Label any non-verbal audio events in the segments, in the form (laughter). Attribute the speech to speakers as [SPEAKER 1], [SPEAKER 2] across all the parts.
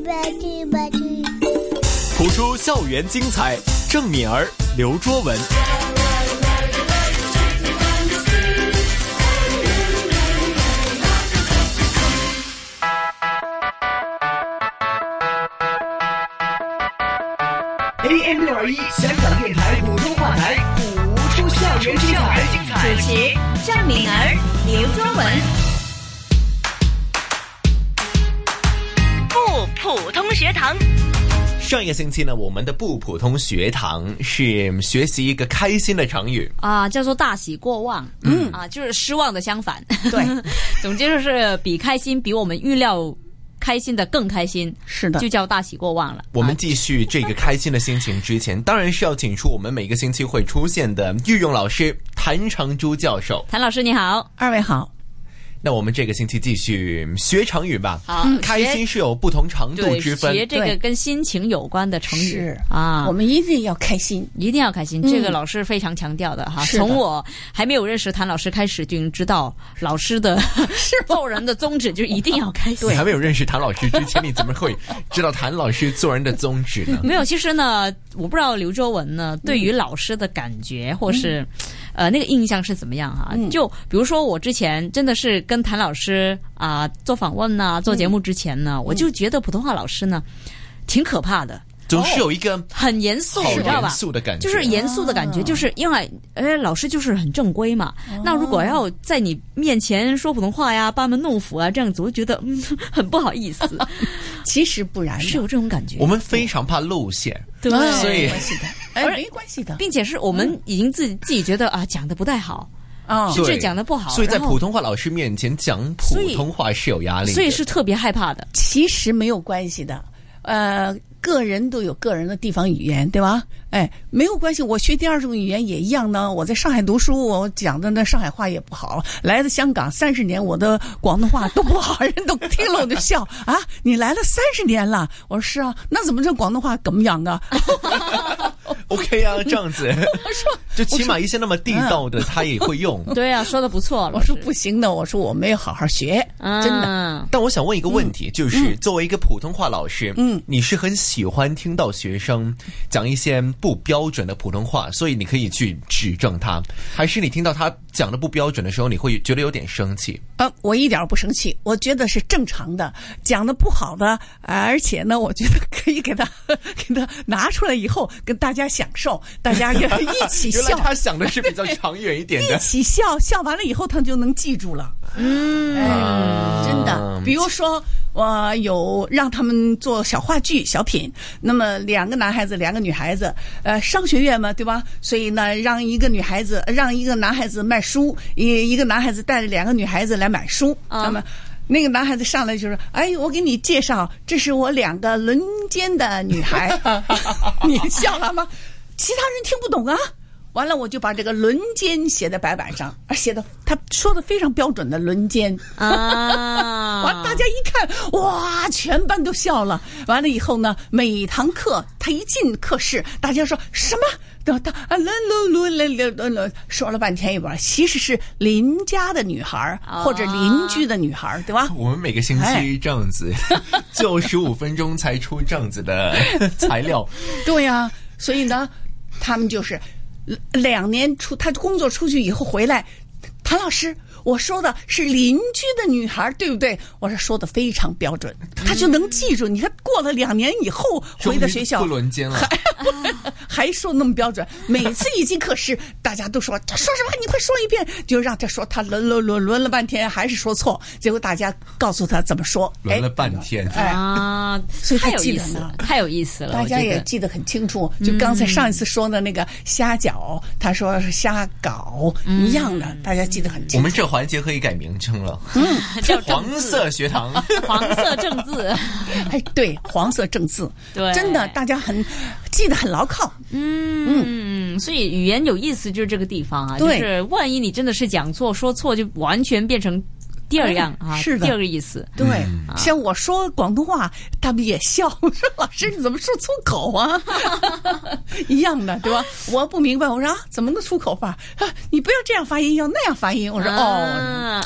[SPEAKER 1] 吧去吧去。
[SPEAKER 2] 谱出校园精彩，郑敏儿、刘卓文。
[SPEAKER 3] AM 六二一香港电台普通话台，谱出校园精彩。
[SPEAKER 4] 主持郑敏儿、刘卓文。不普通学堂。
[SPEAKER 2] 上一个星期呢，我们的不普通学堂是学习一个开心的成语。
[SPEAKER 4] 啊，叫做大喜过望，嗯啊，就是失望的相反。
[SPEAKER 5] 对，
[SPEAKER 4] (laughs) 总之就是比开心，比我们预料开心的更开心，
[SPEAKER 5] 是的
[SPEAKER 4] 就叫大喜过望了。
[SPEAKER 2] 我们
[SPEAKER 4] 啊
[SPEAKER 2] 继续这个开心的心情之前，当然是要请出我们每个星期会出现的御用老师谭长珠教授。
[SPEAKER 4] 谭老师你好，
[SPEAKER 5] 二位好，
[SPEAKER 2] 那我们这个星期继续学成语吧。
[SPEAKER 4] 好
[SPEAKER 2] 开心是有不同程度
[SPEAKER 4] 对，
[SPEAKER 2] 之分。
[SPEAKER 4] 学这个
[SPEAKER 5] 对
[SPEAKER 4] 跟心情有关的成语
[SPEAKER 5] 是
[SPEAKER 4] 啊，
[SPEAKER 5] 我们一定要开心。
[SPEAKER 4] 一定要开心，
[SPEAKER 5] 嗯
[SPEAKER 4] 这个老师非常强调的哈。
[SPEAKER 5] 是的
[SPEAKER 4] 从我还没有认识谭老师开始，就已经知道老师的 (laughs) 做人的宗旨就一定要开心
[SPEAKER 2] 你。还没有认识谭老师之前，你怎么会知道谭老师做人的宗旨呢？
[SPEAKER 4] 没有，其实呢，我不知道刘卓文
[SPEAKER 2] 嗯
[SPEAKER 4] 呢对于老师的感觉或是，呃，那个印象是怎么样哈、
[SPEAKER 2] 嗯
[SPEAKER 4] 就比如说我之前真的是跟谭老师啊、做访问呐、
[SPEAKER 2] 嗯
[SPEAKER 4] 做节目之前呢，我就觉得普通话老师呢挺可怕的，
[SPEAKER 2] 总是有一个
[SPEAKER 4] 很严肃，
[SPEAKER 2] 好
[SPEAKER 4] 你知道吧
[SPEAKER 2] 严？肃的感觉，啊
[SPEAKER 4] 就是严肃的感觉，就是因为哎，老师就是很正规嘛。
[SPEAKER 2] 哦
[SPEAKER 4] 那如果要在你面前说普通话呀、班门弄斧啊这样子，我就觉得嗯很不好
[SPEAKER 2] (laughs)
[SPEAKER 4] 意思，
[SPEAKER 5] 其实不然的，
[SPEAKER 4] 是有这种感觉
[SPEAKER 2] 我。们非常怕露馅。
[SPEAKER 4] 对
[SPEAKER 5] 没
[SPEAKER 2] 所以
[SPEAKER 5] 关系的，哎，没关系的
[SPEAKER 4] 并且是我们已经自己自己觉得啊讲的不太好，
[SPEAKER 5] 啊，
[SPEAKER 4] 甚至
[SPEAKER 2] 对
[SPEAKER 4] 讲的不好，
[SPEAKER 2] 所以在
[SPEAKER 4] 然后
[SPEAKER 2] 普通话老师面前讲普通话是有压力的，
[SPEAKER 4] 所以是特别害怕的。
[SPEAKER 5] 其实没有关系的，呃，个人都有个人的地方语言，对吧？哎，没有关系，我学第二种语言也一样呢。我在上海读书，我讲的那上海话也不好，来了香港三十年，我的广东话都不好，人都听了我就 (laughs) 笑啊！你来了三十年了，我说是啊，那怎么这广东话怎么样啊？
[SPEAKER 2] OK
[SPEAKER 4] (laughs)
[SPEAKER 2] 啊，这样子，就起码一些那么地道
[SPEAKER 4] 嗯
[SPEAKER 2] 的他也会用。
[SPEAKER 4] 对啊，说的不啊错， (laughs)
[SPEAKER 5] 我 (laughs) 说不行的，我说我没有好好学，真的。
[SPEAKER 4] 的。
[SPEAKER 2] 但我想问一个问题，
[SPEAKER 4] 嗯
[SPEAKER 2] 就是作为一个普通话老师，
[SPEAKER 5] 嗯，
[SPEAKER 2] 你是很喜欢听到学生讲一些不标准的普通话，所以你可以去指正他，还是你听到他讲的不标准的时候，你会觉得有点生气？
[SPEAKER 5] 呃，我一点儿不生气，我觉得是正常的。讲的不好的，呃而且呢，我觉得可以给他给他拿出来以后，跟大家享受，大家
[SPEAKER 2] (laughs)
[SPEAKER 5] 一起
[SPEAKER 2] 原来
[SPEAKER 5] 笑，
[SPEAKER 2] 他想的是比较长远一点
[SPEAKER 5] 一
[SPEAKER 2] 的。
[SPEAKER 5] 起笑，笑完了以后他就能记住了。嗯，哎、真的。比如说，我有让他们做小话剧、小品，那么两个男孩子，两个女孩子，呃，商学院嘛，对吧？所以呢，让一个女孩子，让一个男孩子卖书，一一个男孩子带着两个女孩子来买书，
[SPEAKER 4] 啊
[SPEAKER 5] 那么。那个男孩子上来就说：“哎，我给你介绍，这是我两个轮奸的女孩。”你笑了吗？其他人听不懂啊。完了，我就把这个“轮奸”写在白板上，啊，写的他说的非常标准的“轮奸”。
[SPEAKER 4] (laughs) 啊，
[SPEAKER 5] 完，大家一看，哇，全班都笑了。完了以后呢，每堂课他一进课室，大家说什么？等他啊，轮轮轮轮轮轮轮，说了半天一半，其实是邻家的女孩儿
[SPEAKER 4] 啊
[SPEAKER 5] 或者邻居的女孩儿，对吧？
[SPEAKER 2] 我们每个星期
[SPEAKER 5] 哎
[SPEAKER 2] 这样
[SPEAKER 5] (laughs)
[SPEAKER 2] 子，就十五分钟才出这样子的材料，
[SPEAKER 5] 对呀、所以呢，他们就是呃两年出他工作出去以后回来，谭老师，我说的是邻居的女孩，对不对？我说说的非常标准，他就能记住。你看，过了两年以后
[SPEAKER 2] 终
[SPEAKER 5] 回
[SPEAKER 2] 于
[SPEAKER 5] 到学校哎
[SPEAKER 2] 不，轮奸了。
[SPEAKER 5] (laughs) 还说那么标准。每次一进课室，大家都说这说什么？你快说一遍，就让他说，他轮轮轮轮了半天，还是说错。结果大家告诉他怎么说，
[SPEAKER 2] 轮了
[SPEAKER 5] 哎
[SPEAKER 2] 半天，
[SPEAKER 5] 哎
[SPEAKER 4] 啊，
[SPEAKER 5] 所以
[SPEAKER 4] 太
[SPEAKER 5] 太
[SPEAKER 4] 有
[SPEAKER 5] 记
[SPEAKER 4] 意
[SPEAKER 5] 得
[SPEAKER 4] 思了
[SPEAKER 5] 呢，
[SPEAKER 4] 太有意思了，
[SPEAKER 5] 大
[SPEAKER 4] 我觉
[SPEAKER 5] 家也
[SPEAKER 4] 得
[SPEAKER 5] 记得很清楚，就刚才上一次说的那个虾饺，他说是虾饺一样的，大家记得很
[SPEAKER 2] 我
[SPEAKER 5] 清楚。
[SPEAKER 2] 们这环节可以改名称了，
[SPEAKER 5] 嗯
[SPEAKER 4] 叫
[SPEAKER 2] 黄
[SPEAKER 4] 正字，
[SPEAKER 2] 色学堂。
[SPEAKER 5] 啊
[SPEAKER 4] (laughs) 黄色正 (laughs) 字，
[SPEAKER 5] 哎，对，黄色正字，
[SPEAKER 4] 对
[SPEAKER 5] 真的大家很记得很牢靠。
[SPEAKER 4] 嗯，所以语言有意思就是这个地方啊，就
[SPEAKER 5] 对
[SPEAKER 4] 是万一你真的是讲错说错，就完全变成。第二样啊，
[SPEAKER 5] 是的
[SPEAKER 4] 第二个意思。
[SPEAKER 5] 对，
[SPEAKER 2] 嗯
[SPEAKER 4] 啊
[SPEAKER 5] 像我说广东话，他们也笑，说老师你怎么说粗口啊？ (laughs) 一样的，对吧？我不明白，我说啊，怎么能粗口法？啊你不要这样发音，要那样发音。我说哦，
[SPEAKER 4] 啊，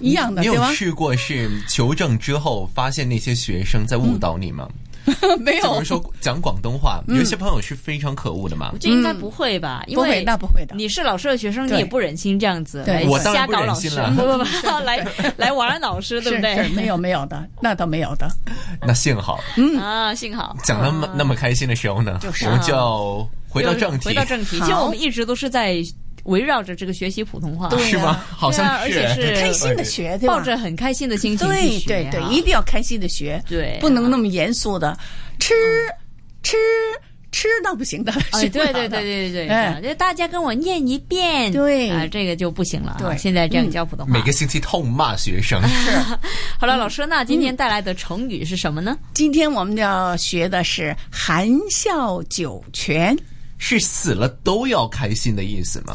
[SPEAKER 5] 一样的，
[SPEAKER 2] 你
[SPEAKER 5] 对
[SPEAKER 2] 有
[SPEAKER 5] 吧？
[SPEAKER 2] 试过是求证之后发现那些学生在误导你吗？
[SPEAKER 5] (laughs) 没
[SPEAKER 2] 就比
[SPEAKER 5] 有
[SPEAKER 2] 如，说讲广东话，
[SPEAKER 5] 嗯
[SPEAKER 2] 有一些朋友是非常可恶的嘛
[SPEAKER 4] 我。觉得应该不会吧？因
[SPEAKER 5] 不
[SPEAKER 4] 为
[SPEAKER 5] 会，那不会的。
[SPEAKER 4] 你是老师的学生，你
[SPEAKER 5] 对
[SPEAKER 4] 也不忍心这样子
[SPEAKER 5] 对
[SPEAKER 4] 来
[SPEAKER 2] 我当然
[SPEAKER 4] 瞎
[SPEAKER 2] 不
[SPEAKER 4] 搞
[SPEAKER 2] 忍
[SPEAKER 4] 老
[SPEAKER 2] 心
[SPEAKER 4] 师，
[SPEAKER 2] 了
[SPEAKER 5] (laughs)
[SPEAKER 4] 不不不， (laughs) 来来玩老师，对不
[SPEAKER 5] 是是嗯
[SPEAKER 4] 对？
[SPEAKER 5] 没有没有的，那倒没有的。
[SPEAKER 2] 那幸好
[SPEAKER 4] 啊，幸好
[SPEAKER 2] 讲那么那么开心的时候
[SPEAKER 5] 嗯
[SPEAKER 2] 呢，
[SPEAKER 5] 啊
[SPEAKER 2] 我们就要回到正题，
[SPEAKER 4] 回到正题。
[SPEAKER 5] 好
[SPEAKER 4] 其实我们一直都是在围绕着这个学习普通话，
[SPEAKER 5] 对
[SPEAKER 2] 是吗？
[SPEAKER 5] 啊
[SPEAKER 2] 好像呃
[SPEAKER 4] 对啊而且是
[SPEAKER 5] 开心的学，对吧？
[SPEAKER 4] 抱着很开心的心情去
[SPEAKER 5] 对
[SPEAKER 4] 学
[SPEAKER 5] 对对
[SPEAKER 4] 啊，
[SPEAKER 5] 一定要开心的学，
[SPEAKER 4] 对
[SPEAKER 5] 不能那
[SPEAKER 4] 么。
[SPEAKER 5] 么严肃的，吃吃吃那不行的，
[SPEAKER 4] 哎，
[SPEAKER 5] 学不
[SPEAKER 4] 对
[SPEAKER 5] 了
[SPEAKER 4] 对对
[SPEAKER 5] 的
[SPEAKER 4] 对对
[SPEAKER 5] 哎
[SPEAKER 4] 对，就大家跟我念一遍，
[SPEAKER 5] 对
[SPEAKER 4] 啊，这个就不行了啊。
[SPEAKER 5] 对嗯
[SPEAKER 4] 现在这样教普通
[SPEAKER 2] 每
[SPEAKER 4] 话
[SPEAKER 2] 个。星期痛骂学生，
[SPEAKER 4] 好了，老师，那今
[SPEAKER 5] 嗯
[SPEAKER 4] 天带来的成语是什么呢？
[SPEAKER 5] 今天我们要学的是含笑九泉， (laughs)
[SPEAKER 2] 是死了都要开心的意思吗？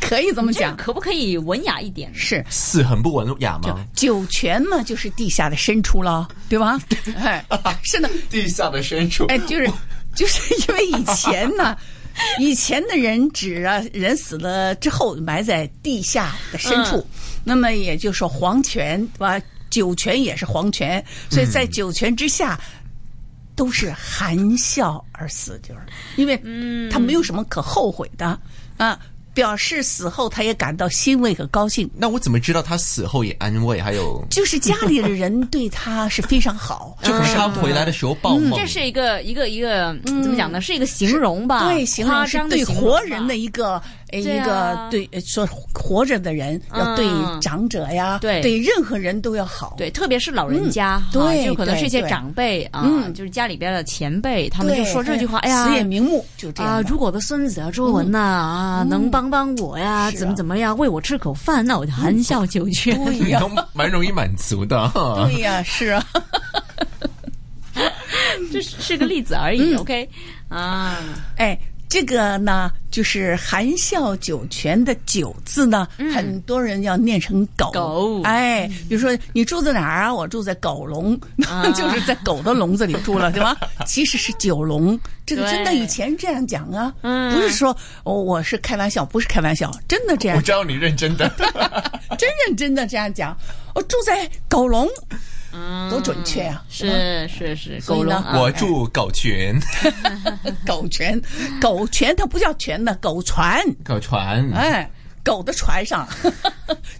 [SPEAKER 5] 可以这么
[SPEAKER 4] 这样 (laughs)
[SPEAKER 5] 讲，
[SPEAKER 4] 可不可以文雅一点？
[SPEAKER 5] 是
[SPEAKER 2] 死很不文雅吗？
[SPEAKER 5] 九泉嘛，就是地下的深处了，对吧？哎，
[SPEAKER 2] (laughs)
[SPEAKER 5] 是的，
[SPEAKER 2] 地下的深处， (laughs)
[SPEAKER 5] 哎，就是就是因为以前呢。以前的人指啊，人死了之后埋在地下的深处，那么也就是说黄泉对吧？九泉也是黄泉，所以在九泉之下。都是含笑而死，就是因为他没有什么可后悔的、啊，表示死后他也感到欣慰和高兴，
[SPEAKER 2] 那我怎么知道他死后也安慰？还有，
[SPEAKER 5] 就是家里的人对他是非常好，
[SPEAKER 2] 这不是他回来的时候
[SPEAKER 5] 嗯
[SPEAKER 2] 报梦，
[SPEAKER 4] 嗯这是一个一个一个怎么讲呢？是一个形容吧，
[SPEAKER 5] 对，形容
[SPEAKER 4] 啊夸
[SPEAKER 5] 嗯是
[SPEAKER 4] 张的
[SPEAKER 5] 对
[SPEAKER 4] 形容
[SPEAKER 5] 活
[SPEAKER 4] 吧
[SPEAKER 5] 人的一个、呃
[SPEAKER 4] 对
[SPEAKER 5] 一个
[SPEAKER 4] 啊
[SPEAKER 5] 对呃说活着的人要对
[SPEAKER 4] 嗯
[SPEAKER 5] 长者呀，
[SPEAKER 4] 对
[SPEAKER 5] 任何人都要好。
[SPEAKER 4] 对，特别是老人家，
[SPEAKER 5] 嗯
[SPEAKER 4] 哈
[SPEAKER 5] 对
[SPEAKER 4] 就可能
[SPEAKER 5] 对
[SPEAKER 4] 是一些
[SPEAKER 5] 对
[SPEAKER 4] 长辈啊，
[SPEAKER 5] 嗯
[SPEAKER 4] 就是家里边的前辈，他
[SPEAKER 5] 对，
[SPEAKER 4] 们就说这句话，哎呀
[SPEAKER 5] 死。也瞑目，就这
[SPEAKER 4] 啊
[SPEAKER 5] 样，的。嗯
[SPEAKER 4] 如果我的孙子啊，周文呐啊，能帮帮我呀，
[SPEAKER 5] 是啊嗯
[SPEAKER 4] 怎么怎么样，喂我吃口饭，那我就含笑九泉。
[SPEAKER 5] 对
[SPEAKER 2] 你
[SPEAKER 5] 呀，
[SPEAKER 2] 都蛮容易满足的。哈
[SPEAKER 5] (laughs) 对呀，是啊，
[SPEAKER 4] (laughs) 这是是个例子而
[SPEAKER 5] 嗯
[SPEAKER 4] 已，OK 啊，
[SPEAKER 5] 哎。这个呢，就是“含笑九泉”的“九”字呢，很多人要念成“狗”。
[SPEAKER 4] 嗯狗
[SPEAKER 5] 哎，比如说你住在哪儿啊？我住在狗笼，
[SPEAKER 4] 啊
[SPEAKER 5] (laughs) 就是在狗的笼子里住
[SPEAKER 4] (laughs)
[SPEAKER 5] 了，对吧？其实是九笼，这个真的
[SPEAKER 4] 对
[SPEAKER 5] 以前这样讲啊，
[SPEAKER 4] 嗯
[SPEAKER 5] 不是说哦我是开玩笑，不是开玩笑，真的这样
[SPEAKER 2] 我，知道你认真
[SPEAKER 5] (laughs)
[SPEAKER 2] 的，
[SPEAKER 5] 真认真的这样讲。我住在狗笼，
[SPEAKER 4] 嗯
[SPEAKER 5] 多准确啊
[SPEAKER 4] 是是是，
[SPEAKER 5] 所以
[SPEAKER 4] 狗笼
[SPEAKER 5] 呢
[SPEAKER 4] 啊，
[SPEAKER 2] 我住狗群、
[SPEAKER 5] 哎狗泉，狗泉它不叫泉呢，狗船，
[SPEAKER 2] 狗船、
[SPEAKER 5] 哎，狗的
[SPEAKER 2] (laughs)
[SPEAKER 5] 船上，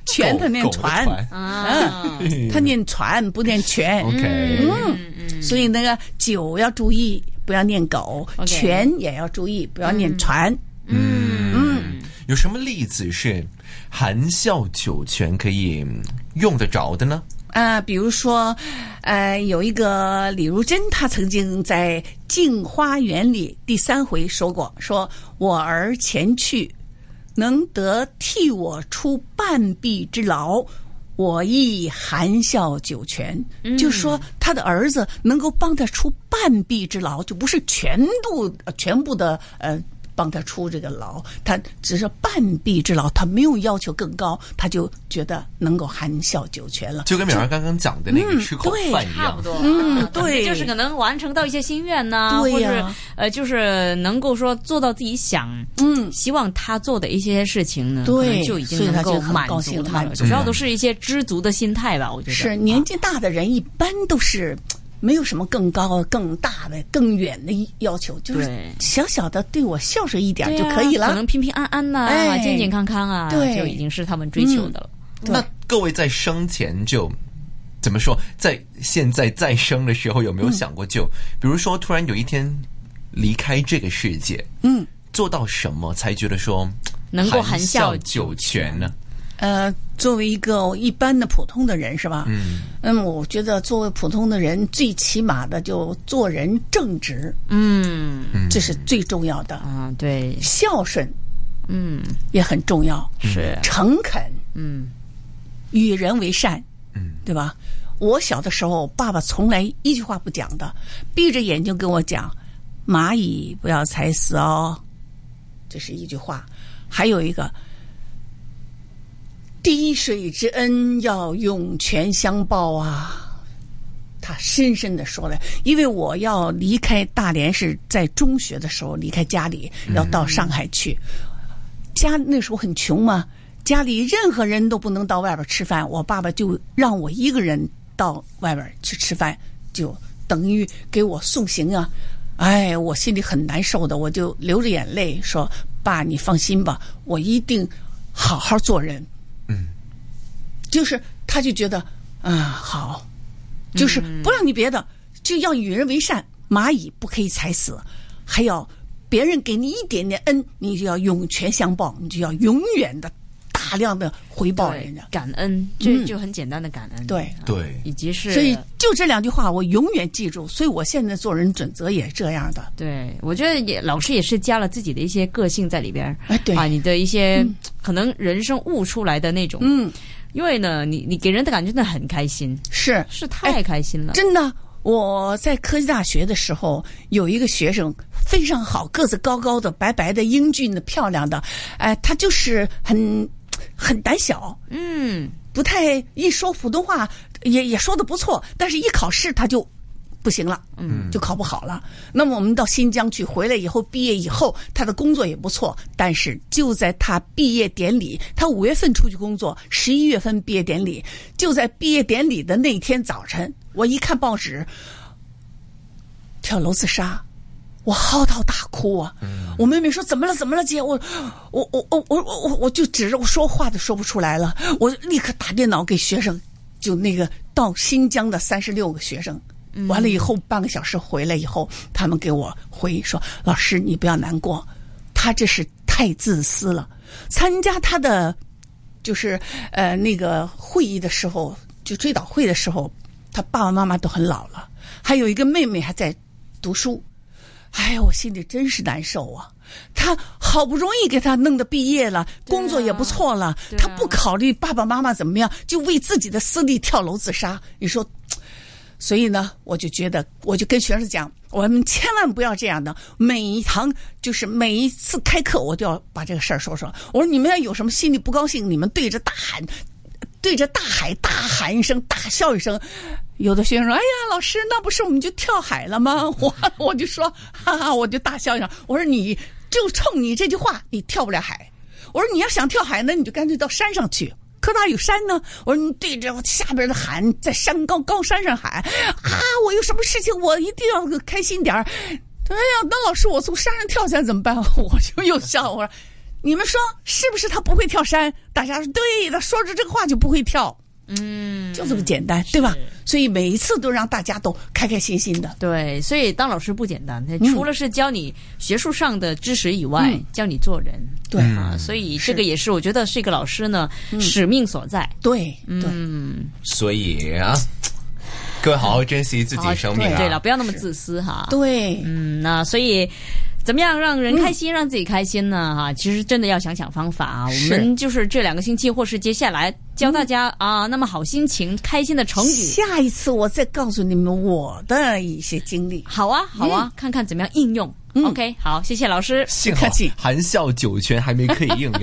[SPEAKER 5] 泉它念
[SPEAKER 2] 狗狗的
[SPEAKER 5] 船，
[SPEAKER 2] 船哦
[SPEAKER 4] 啊，
[SPEAKER 5] 它念船不念泉。
[SPEAKER 2] OK，
[SPEAKER 4] 嗯嗯，
[SPEAKER 5] 所以那个酒要注意，不要念狗；
[SPEAKER 4] OK
[SPEAKER 5] 泉也要注意，不要念船。
[SPEAKER 2] 嗯，有什么例子是含笑九泉可以嗯用得着的呢？
[SPEAKER 5] 啊、比如说，呃，有一个李如珍，她曾经在《镜花缘》里第三回说过：“说我儿前去，能得替我出半臂之劳，我亦含笑九泉。就说他的儿子能够帮他出半臂之劳，就不是全部呃全部的呃。帮他出这个劳，他只是半臂之劳，他没有要求更高，他就觉得能够含笑九泉了。
[SPEAKER 2] 就跟淼儿刚刚讲的那个
[SPEAKER 5] 嗯
[SPEAKER 2] 吃口
[SPEAKER 5] 对
[SPEAKER 2] 饭一
[SPEAKER 4] 差
[SPEAKER 2] 样
[SPEAKER 4] 不，多，
[SPEAKER 5] 嗯
[SPEAKER 4] 啊
[SPEAKER 5] 对
[SPEAKER 4] 就是可能完成到一些心愿呐、
[SPEAKER 5] 对
[SPEAKER 4] 或
[SPEAKER 5] 呀
[SPEAKER 4] 者呃，就是能够说做到自己想
[SPEAKER 5] 嗯
[SPEAKER 4] 希望他做的一些事情呢，
[SPEAKER 5] 对
[SPEAKER 4] 可能就已经能够满
[SPEAKER 5] 所以
[SPEAKER 4] 足
[SPEAKER 5] 他就很高兴了
[SPEAKER 4] 他了。
[SPEAKER 5] 满足
[SPEAKER 4] 主要都是一些知足的心态吧，我觉得
[SPEAKER 5] 是
[SPEAKER 4] 啊
[SPEAKER 5] 年纪大的人一般都是没有什么更高、更大的、更远的要求，就是
[SPEAKER 4] 对
[SPEAKER 5] 小小的对我孝顺一点
[SPEAKER 4] 对
[SPEAKER 5] 就
[SPEAKER 4] 啊
[SPEAKER 5] 可以了。
[SPEAKER 4] 可能平平安安呐、
[SPEAKER 5] 哎
[SPEAKER 4] 健健康康啊，
[SPEAKER 5] 对
[SPEAKER 4] 就已经是他们追求的了。
[SPEAKER 5] 对
[SPEAKER 2] 那各位在生前就怎么说，在现在再生的时候有没有想过就，比如说突然有一天离开这个世界，
[SPEAKER 5] 嗯，
[SPEAKER 2] 做到什么才觉得说嗯
[SPEAKER 4] 能够含笑
[SPEAKER 2] 含九泉呢？
[SPEAKER 5] 呃，作为一个一般的普通的人是吧？
[SPEAKER 2] 嗯，
[SPEAKER 5] 嗯，我觉得作为普通的人，最起码的就做人正直，
[SPEAKER 4] 嗯
[SPEAKER 5] 这是最重要的。
[SPEAKER 4] 啊，对，
[SPEAKER 5] 孝顺
[SPEAKER 4] 嗯
[SPEAKER 5] 也很重要，
[SPEAKER 4] 是，
[SPEAKER 5] 诚恳，
[SPEAKER 4] 嗯
[SPEAKER 5] 与人为善，
[SPEAKER 2] 嗯，
[SPEAKER 5] 对吧？我小的时候，爸爸从来一句话不讲的，闭着眼睛跟我讲：“蚂蚁不要踩死哦。”这是一句话，还有一个“滴水之恩要涌泉相报啊。他深深的说了，因为我要离开大连，是在中学的时候离开家里，要到上海去。家那时候很穷嘛，家里任何人都不能到外边吃饭，我爸爸就让我一个人到外边去吃饭，就等于给我送行啊。哎，我心里很难受的，我就流着眼泪说：“爸，你放心吧，我一定好好做人。”
[SPEAKER 2] 嗯，
[SPEAKER 5] 就是他就觉得啊好，就是不让你别的，就要与人为善。蚂蚁不可以踩死，还要别人给你一点点恩，你就要涌泉相报，你就要永远的大量的回报人家。
[SPEAKER 4] 感恩，这
[SPEAKER 5] 嗯
[SPEAKER 4] 就很简单的感恩，
[SPEAKER 5] 对
[SPEAKER 4] 啊
[SPEAKER 2] 对
[SPEAKER 4] 以及是
[SPEAKER 5] 所以就这两句话，我永远记住。所以我现在做人准则也是这样的。
[SPEAKER 4] 对，我觉得也老师也是加了自己的一些个性在里边儿
[SPEAKER 5] 哎，对，
[SPEAKER 4] 啊，你的一些、可能人生悟出来的那种，
[SPEAKER 5] 嗯，
[SPEAKER 4] 因为呢，你你给人的感觉真的很开心，
[SPEAKER 5] 是
[SPEAKER 4] 是太开心了，
[SPEAKER 5] 真的，我在科技大学的时候，有一个学生非常好，个子高高的，白白的，英俊的，漂亮的，哎、他就是很很胆小，
[SPEAKER 4] 嗯，
[SPEAKER 5] 不太一说普通话也也说的不错，但是一考试他就不行了，嗯，就考不好了。那么我们到新疆去，回来以后毕业以后，他的工作也不错，但是就在他毕业典礼，他五月份出去工作，十一月份毕业典礼，就在毕业典礼的那天早晨，我一看报纸，跳楼自杀。我嚎啕大哭啊！我妹妹说：“怎么了？怎么了，姐？”我，我，我，我，我，我，我就指着我说话都说不出来了，我立刻打电脑给学生，就那个到新疆的三十六个学生，完了以后半个小时回来以后，他们给我回说：“老师，你不要难过，他这是太自私了。参加他的就是呃那个会议的时候，就追悼会的时候，他爸爸妈妈都很老了，还有一个妹妹还在读书。哎呀，我心里真是难受啊！他好不容易给他弄得毕业了，工作也不错了，
[SPEAKER 4] 对啊
[SPEAKER 5] 他不考虑爸爸妈妈怎么样，就为自己的私利跳楼自杀。你说，所以呢，我就觉得，我就跟学生讲，我们千万不要这样的。每一堂就是每一次开课，我都要把这个事儿说说。我说你们要有什么心里不高兴，你们对着大喊，对着大海大喊一声，大笑一声。有的学生说：“哎呀，老师，那不是我们就跳海了吗？” (laughs) 我我就说：“哈哈，我就大笑一声。”我说：“你就冲你这句话，你跳不了海。”我说：“你要想跳海呢，你就干脆到山上去。”科大有山呢，我说你对着下边的喊，在山高高山上喊啊！我有什么事情，我一定要开心点儿。哎呀，那老师，我从山上跳下来怎么办？ (laughs) 我就又笑，我说你们说是不是他不会跳山？大家说对的，说出这个话就不会跳，
[SPEAKER 4] 嗯，
[SPEAKER 5] 就这么简单，对吧？所以每一次都让大家都开开心心的。
[SPEAKER 4] 对，所以当老师不简单，他除了是教你学术上的知识以外，
[SPEAKER 5] 嗯
[SPEAKER 4] 教你做人，
[SPEAKER 5] 对
[SPEAKER 2] 嗯
[SPEAKER 5] 嗯
[SPEAKER 4] 啊，所以这个也是我觉得是一个老师呢、使命所在，
[SPEAKER 5] 对
[SPEAKER 4] 嗯
[SPEAKER 5] 对，
[SPEAKER 2] 所以啊，各位好好珍惜自己生命
[SPEAKER 4] 对
[SPEAKER 2] 啊！
[SPEAKER 4] 对了，不要那么自私哈，
[SPEAKER 5] 对，
[SPEAKER 4] 嗯，那所以。怎么样让人开心，让自己开心呢？哈，其实真的要想想方法啊。我
[SPEAKER 5] 是
[SPEAKER 4] 们就是这两个星期，或是接下来教大家、啊，那么好心情、开心的成语。
[SPEAKER 5] 下一次我再告诉你们我的一些经历。
[SPEAKER 4] 好啊，好啊，看看怎么样应用。OK，好，谢谢老师。
[SPEAKER 2] 幸
[SPEAKER 5] 不
[SPEAKER 2] 好
[SPEAKER 5] 客气
[SPEAKER 2] 含笑九泉还没可以应用。